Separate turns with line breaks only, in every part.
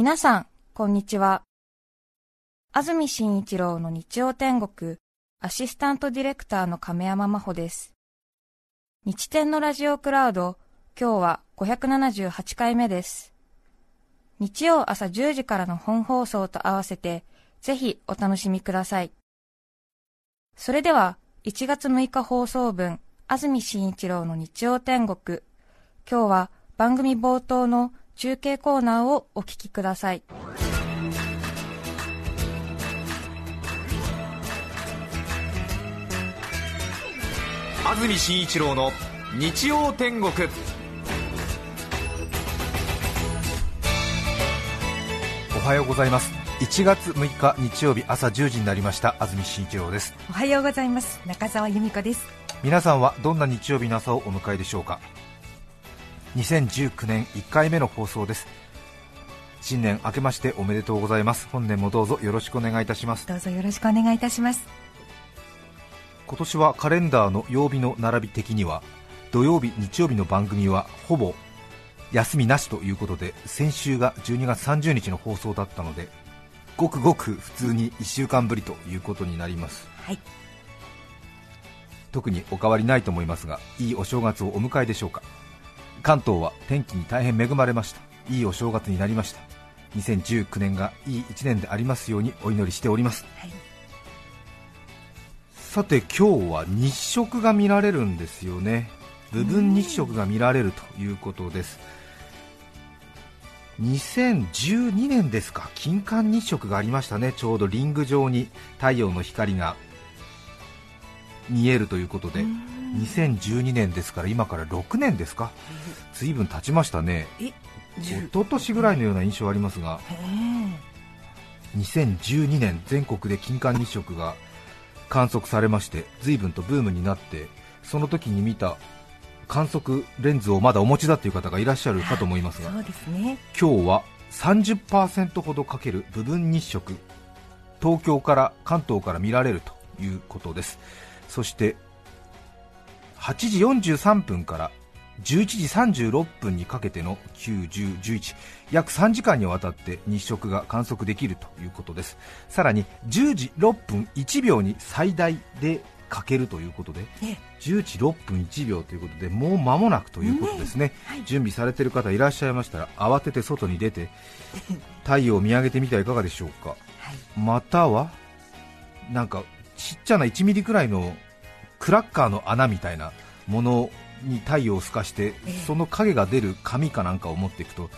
皆さん、こんにちは。安住紳一郎の日曜天国、アシスタントディレクターの亀山真帆です。日天のラジオクラウド、今日は578回目です。日曜朝10時からの本放送と合わせて、ぜひお楽しみください。それでは、1月6日放送分、安住紳一郎の日曜天国、今日は番組冒頭の中継コーナーをお聞きください。
安住紳一郎の日曜天国
おはようございます1月6日日曜日朝10時になりました安住紳一郎です
おはようございます中澤由美子です
皆さんはどんな日曜日の朝をお迎えでしょうか2019年1回目の放送です新年明けましておめでとうございます本年もどうぞよろしくお願いいたします
どうぞよろしくお願いいたします
今年はカレンダーの曜日の並び的には土曜日日曜日の番組はほぼ休みなしということで先週が12月30日の放送だったのでごくごく普通に1週間ぶりということになります
はい
特にお変わりないと思いますがいいお正月をお迎えでしょうか関東は天気に大変恵まれましたいいお正月になりました2019年がいい1年でありますようにお祈りしております
はい
さて今日は日食が見られるんですよね部分日食が見られるということです2012年ですか金環日食がありましたねちょうどリング状に太陽の光が見えるということで2012年ですから今から6年ですか随分経ちましたね
え
一昨年ぐらいのような印象ありますが
えー
2012年全国で金環日食が観測されまして随分とブームになってその時に見た観測レンズをまだお持ちだという方がいらっしゃるかと思いますが
そうですね
今日は30%ほどかける部分日食東京から関東から見られるということですそして8時43分から11時36分にかけての91011約3時間にわたって日食が観測できるということですさらに10時6分1秒に最大でかけるということで
ね
10時6分1秒ということでもう間もなくということですね、準備されてる方いらっしゃいましたら慌てて外に出て太陽を見上げてみてはいかがでしょうか
はい
またはなんかちっちゃな1ミリくらいのクラッカーの穴みたいなものに太陽を透かして
ええ
その影が出る紙かなんかを持っていくと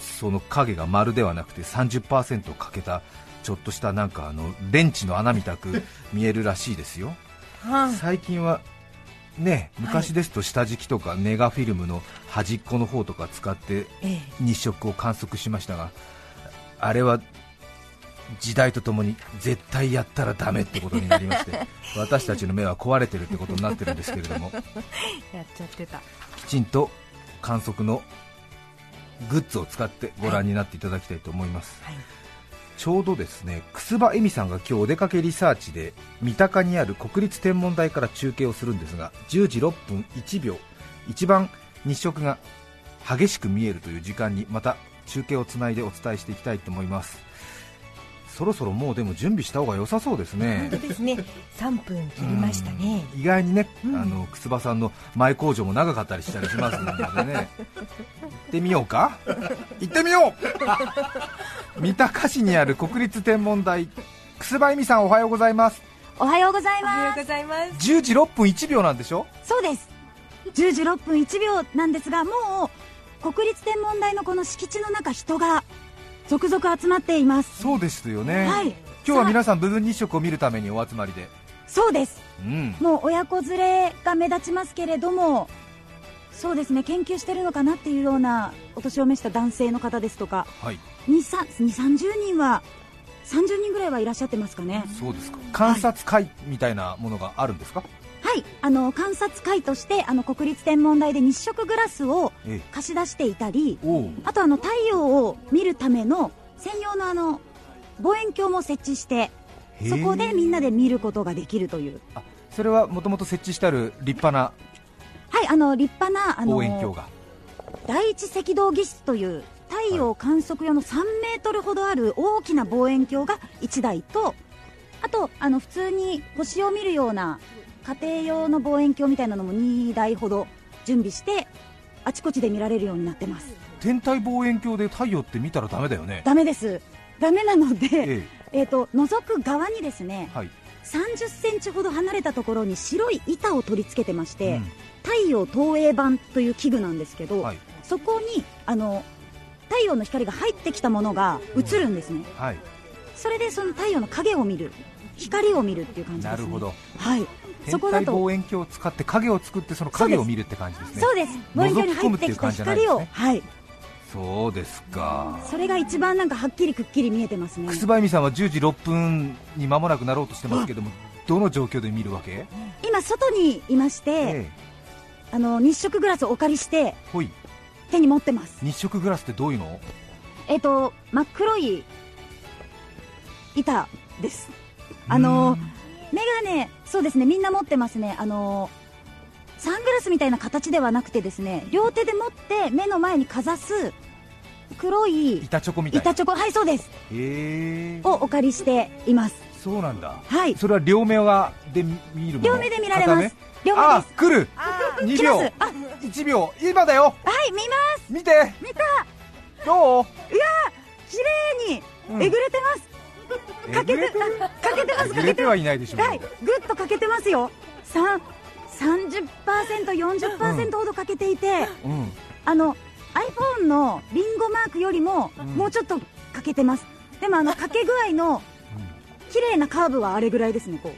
その影が丸ではなくて30%をかけたちょっとしたなんかあのレンチの穴みたく見えるらしいですよ
は
最近はね昔ですと下敷きとかネガフィルムの端っこの方とか使って
ええ
日食を観測しましたがあれは時代とともに絶対やったらダメってことになりまして私たちの目は壊れてるってことになってるんですけれども
やっちゃってた
きちんと観測のグッズを使ってご覧になっていただきたいと思います、
はい
ちょうどですね楠葉恵美さんが今日お出かけリサーチで三鷹にある国立天文台から中継をするんですが10時6分1秒一番日食が激しく見えるという時間にまた中継をつないでお伝えしていきたいと思いますそろそろもうでも準備した方が良さそうですね
本当ですね3分切りましたね
うん意外にね、
うん
あの楠葉さんの前工場も長かったりしたりしますの でね行ってみようか行ってみよ う三鷹市にある国立天文台楠葉恵美さんおはようございます
おはようござい
おはよ
ま
うございます
10時6分1秒なんでしょ
す。そうです。10時6分1秒なんですが、もう国立天文台のこの敷地の中、人が続々集まっています。
そうですよね、
はい。
今日は
さ
皆さん部分日食を見るためにお集まりで
あそうです。
うん
もう親子連れが目立ちますけれども、そうですね、研究してるのかなっていうようなお年を召した男性の方ですとか、
はい
2、さん2 30人は、30人ぐらいはいらっしゃってますかね。
そうですか観察会みたいなものがあるんですか、
はい。あの、観察会として、あの、国立天文台で日食グラスを
え
貸し出していたり
え、おう
あとあの太陽を見るための専用のあの望遠鏡も設置して
へえ
そこでみんなで見ることができるという
あそれはもともと設置してある立派な
はいあの立派なあの
望遠鏡が
第一赤道儀室という太洋観測用の3メートルほどある大きな望遠鏡が1台と、あと、あの、普通に星を見るような家庭用の望遠鏡みたいなのも2台ほど準備して、あちこちで見られるようになってます。
天体望遠鏡で太陽って見たらダメだよね
ダメです。ダメなので、
え
えっ、と、覗く側にですね
え、はい、
30センチほど離れたところに白い板を取り付けてまして、
うん
太陽投影板という器具なんですけど、
はい
そこにあの太陽の光が入ってきたものが映るんですね、
はい、
それでその太陽の影を見る光を見るっていう感じで
な
す、ね、
るほど
はい
天
そこだ
体
と
望遠鏡を使って影を作ってその影を見るって感じですね
そうです望遠鏡に入って
覗き込むっていう
きた
感じじゃないで
光
す
を、
ね
はい
そうですか
それが一番なんかはっきりくっきり見えてますね
楠葉由美さんは10時6分に間もなくなろうとしてますけどもどの状況で見るわけ
今外にいまして、
え
あの日食グラスをお借りして
えほい
手に持ってます
日食グラスってどういうの
えっ、と真っ黒い板ですあ
う
の
ん
メガネ、そうですね、みんな持ってますね。あのーサングラスみたいな形ではなくてですね、両手で持って目の前にかざす黒い
板チョコみたいな
板チョコ、はい、そうです。
へえ
をお借りしています。
そうなんだ
はい。
それは両目はで見るもの
両目で見られます。両目
あ
です。
来る2
来
秒
ます。あ、は
1秒今だよ
い、見ます。
見て
見た。
どう
綺麗に、えぐれてます。
えぐれてる
あかけてます、
えぐ
かけ
れ
て
て
ま
は
す。
いないでしょう
はい、ぐっとかけてますよ。三、三十パーセント、四十パーセントほどかけていて。
うん
あの iPhone のリンゴマークよりも
うん
もうちょっと欠けてます、で もあの欠け具合の綺麗なカーブはあれぐらいですねこ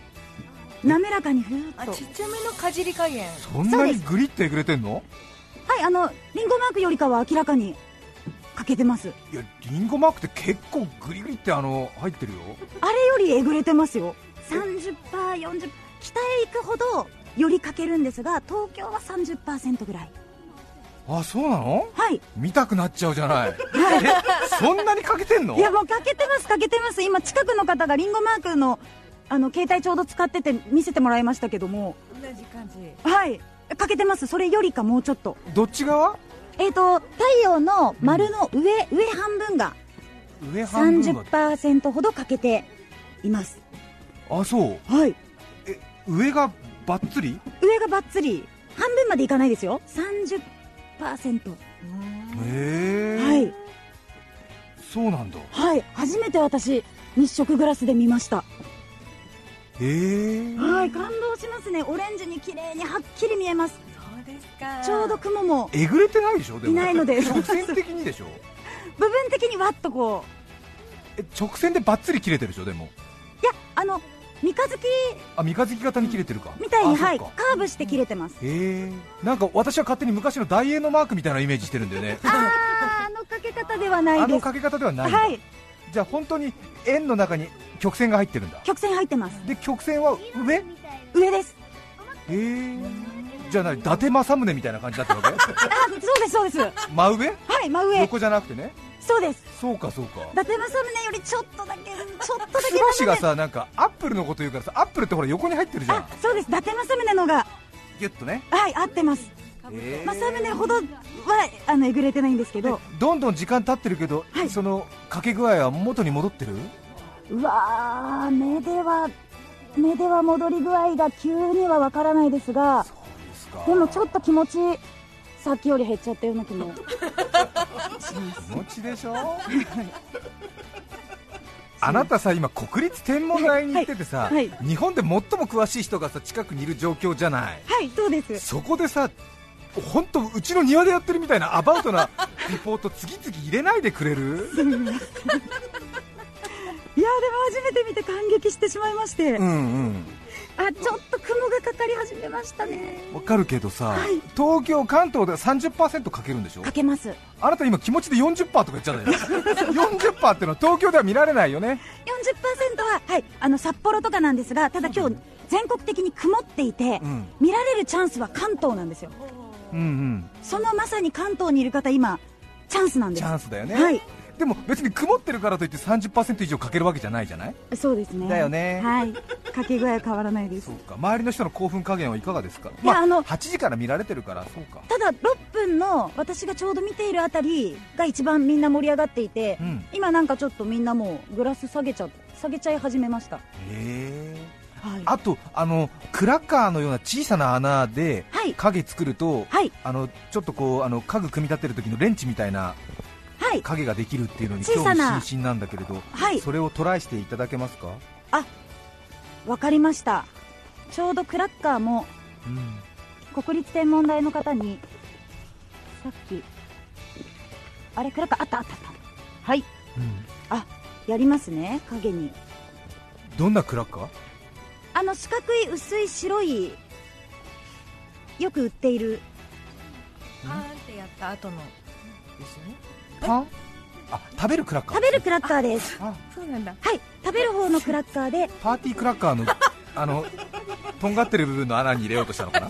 う滑らかにふーっ
あ
と
ちっちゃめのかじり加減
そんなにグリッとえぐれてんの
はいあのリンゴマークよりかは明らかに欠けてます
いやリンゴマークって結構グリグリってあの入ってるよ
あれよりえぐれてますよ 30%40% 北へ行くほどより欠けるんですが東京は30%ぐらい
あそうなの
はい
見たくなっちゃうじゃないえそんなにかけてんの
いやもう欠けてます欠けてます今近くの方がリンゴマークのあの携帯ちょうど使ってて見せてもらいましたけども
同じ感じ
はいかけてますそれよりかもうちょっと
どっち側
えっ、と太陽の丸の上、上半分が
上半分が
30%ほどかけています
あそう
はい
え上がバッツリ
上がばっつり半分までいかないですよ
へ
30%
え、
はい
そうなんだ
はい初めて私日食グラスで見ました
へえ
はい感動しますねオレンジに綺麗にはっきり見えます
そうですか
ちょうど雲も
えぐれてないでしょでも
いないので
直線的にでしょ
部分的にわっとこう
え直線でバッツリ切れてるでしょでも
いやあの三日月
あ三日月型に切れてるか
みたいに
あ
はい
そ
カ
っか
ーブして切れてます
へえなんか私は勝手に昔の大英のマークみたいなイメージしてるんだよね
あーあのかけ方ではない
あ
で
の
す
かけ方ではないんだ
はい
じゃあ本当に円の中に曲線が入ってるんだ
曲線入ってます
で曲線は上へ
上です
えじゃあ何伊達政宗みたいな感じだったわ
あそうですそうですは
け真上
い真上
横じゃなくてね
そうです
そうかそうか
伊達政宗よりちょっとだけちょっとだけ
く
斜め
しがさなんかアップルのこと言うからさアップルってほら横に入ってるじゃん
あそうです伊達政宗のが
ギュッとね
はい合ってます
え
政宗ほどはあのえぐれてないんですけ
で
ど
どんどん時間経ってるけど、
はい
そのかけ具合は元に戻ってる
うわー目では目では戻り具合が急にはわからないですが
そうですか
でもちょっと気持ちさっきより減っちゃったような 気も
気持ちで しょあなたさ今国立天文台に行っててさ、
はいは
日本で最も詳しい人がさ近くにいる状況じゃない
はいそうです
そこでさ本当うちの庭でやってるみたいなアバウトなリポート次々入れないでくれる
いやでも初めて見て感激してしまいまして、
う
あ
んうん
ちょっと雲がかかり始めましたね
わかるけどさ、
はい
東京、関東で30%かけるんでしょ
か、けます
あなた今、気持ちで40%とか言っちゃったよ、40%ってのは 東京では見られないよね、
40%は、はい、あの札幌とかなんですがただ今日全国的に曇っていて、
うん
見られるチャンスは関東なんですよ
うんうん、
そのまさに関東にいる方今チャンスなんで
チ
す
ャンスだよね、
はい
でも別に曇ってるからといって30%以上かけるわけじゃないじゃない
そうですね
だよね
はいかけ具合は変わらないです
そうか周りの人の興奮加減はいかがですか、
や
まあ、
あの
8時から見られてるからそうか
ただ6分の私がちょうど見ているあたりが一番みんな盛り上がっていて、
うん
今なんかちょっとみんなもうグラス下げちゃ下げちゃい始めました
へえ
はい
あとあのクラッカーのような小さな穴で
はい
影作ると、
はい
あのちょっとこうあの家具組み立てる時のレンチみたいな
はい
影ができるっていうのに
小
興
さ
味
な
津々なんだけれど、
はい
それをトライしていただけますか、
わかりましたちょうどクラッカーも
うん、
国立天文台の方にさっきあれクラッカーあったあったあったはいやりますね影に
どんなクラッカー
あの四角い薄い白いよく売っている
パーンってやった後のですね
パンあ食べるクラッカー
食べるクラッカーです
あ
そうなんだ
はい食べる方のクラッカー で
パーティークラッカーのあのとんがってる部分の穴に入れようとしたのかな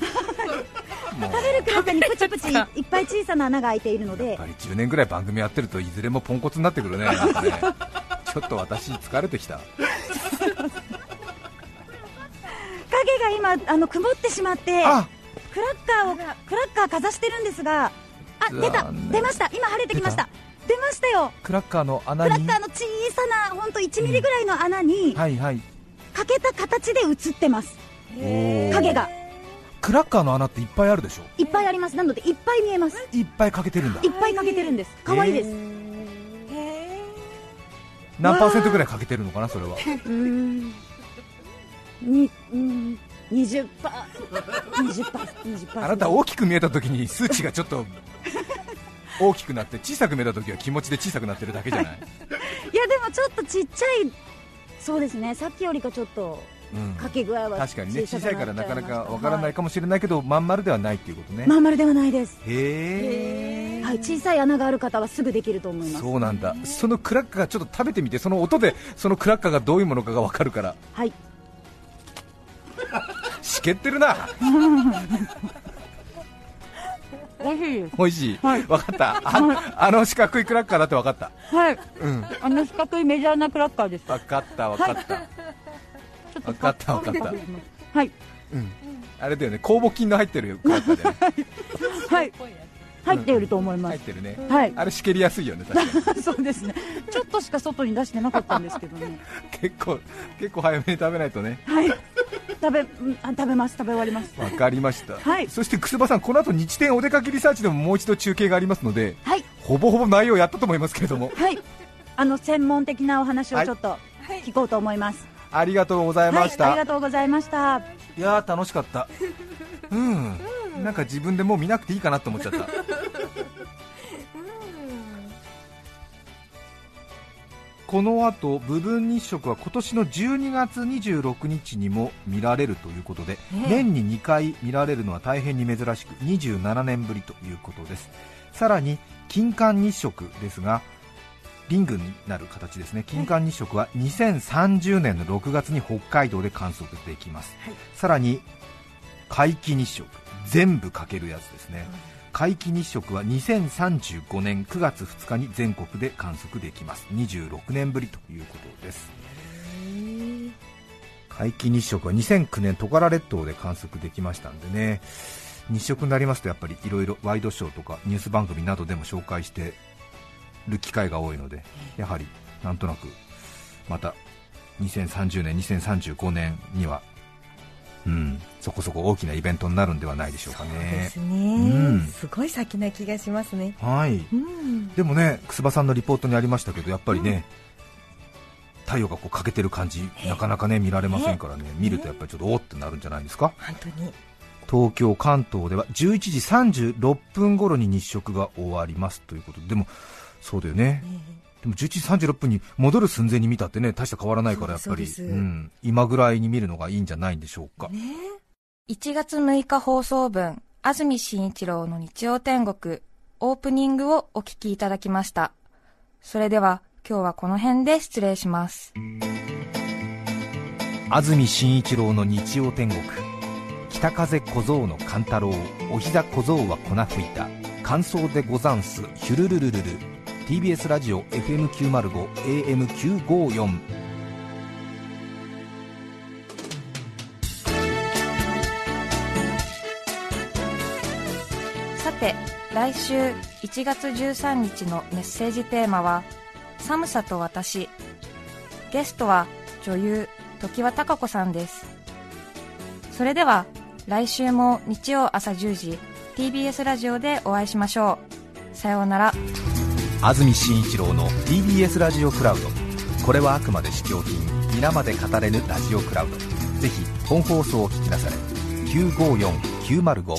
もう
食べるクラッカーにプチプチ
食べるクラッ
いっぱい小さな穴が開いているの
やっ
で
ぱり10年ぐらい番組やってるといずれもポンコツになってくるねなんかねちょっと私疲れてきた
影が今あの曇ってしまって
あ
クラッカーをクラッカーかざしてるんですがあ出た
残念
出ました今晴れてきました出ましたよ
クラッカーの穴
クラ
に
ッカーの小さな本当1ミリぐらいの穴に
はいはい
かけた形で映ってます
おー
影が
クラッカーの穴っていっぱいあるでしょ
いっぱいありますなのでいっぱい見えます
いっぱいかけてるんだ
いっぱいかけてるんです可愛いです、
え
へ
何パーセントぐらいかけてるのかなそれは
うーんにうん20パー20パー20パー
あなた大きく見えた時に数値がちょっと大きくなって小さく見えた時は気持ちで小さくなってるだけじゃない、
いやでもちょっとちっちゃいそうですねさっきよりかちょっと
うん
かけ具合は
確かにね小さいからなかなかわ
わ
からないかもしれないけどまん丸ではないっていうことね、
まん丸ではないです、
へえ
はい、小さい穴がある方はすぐできると思います
そうなんだそのクラッカーちょっと食べてみてその音でそのクラッカーがどういうものかがわかるから
はい
しけってるな
え美味しいです
美味しい、わかったあ,、の四角いクラッカーだってわかった
はい
うん
あの四角いメジャーなクラッカーです
わかったわかった、
ちょっ
わかったわかった
はい
あれだよね酵母菌の入ってるクラッカーだよね
はい入っていると思いま
入
す
ってるね
はい
あれしけりやすいよね確かに
そうですねちょっとしか外に出してなかったんですけどね
結構結構早めに食べないとね
はい食べうんあ食べます食べ終わります
わかりました、
はい
そして楠場さんこの後日天お出かけリサーチでももう一度中継がありますので
はい
ほぼほぼ内容やったと思いますけれども
はいあの専門的なお話をちょっと聞こうと思います、
ありがとうござい
は
ま
い
した、
ありがとうございました
いやー楽しかったうん、なんか自分でもう見なくていいかなと思っちゃったこのあと部分日食は今年の12月26日にも見られるということで、年に2回見られるのは大変に珍しく27年ぶりということですさらに金環日食ですがリングになる形ですね金環日食は2030年の6月に北海道で観測できます、さらに皆既日食全部かけるやつですね、皆既日食は2035年9月2日に全国で観測できます26年ぶりということです皆既日食は2009年トカラ列島で観測できましたんでね日食になりますとやっぱりいろいろワイドショーとかニュース番組などでも紹介してる機会が多いのでやはりなんとなくまた2030年2035年にはうんそこそこ大きなイベントになるんではないでしょうかねうん
すごい先な気がしますね
はい
うん
でもね、楠場さんのリポートにありましたけど、やっぱりね、太陽がこう欠けてる感じ、なかなかね見られませんからね、見るとやっぱりちょっとおーってなるんじゃないですか、
本当に
東京、関東では11時36分頃に日食が終わりますということで、でもそうだよね、でも11時36分に戻る寸前に見たってね、大した変わらないから、やっぱり、
そうですそううです
ん、今ぐらいに見るのがいいんじゃないんでしょうか。
1月6日放送分、安住紳一郎の日曜天国、オープニングをお聞きいただきました。それでは、今日はこの辺で失礼します。
安住紳一郎の日曜天国北風小僧の勘太郎お膝小僧は粉吹いた乾燥でござんすヒュルルルルル TBS ラジオ FM905 AM954
さて来週1月13日のメッセージテーマは「寒さと私」ゲストは女優常盤貴子さんですそれでは来週も日曜朝10時 TBS ラジオでお会いしましょうさようなら
安住紳一郎の TBS ラジオクラウドこれはあくまで試供品皆まで語れぬラジオクラウドぜひ本放送を聞きなされ954905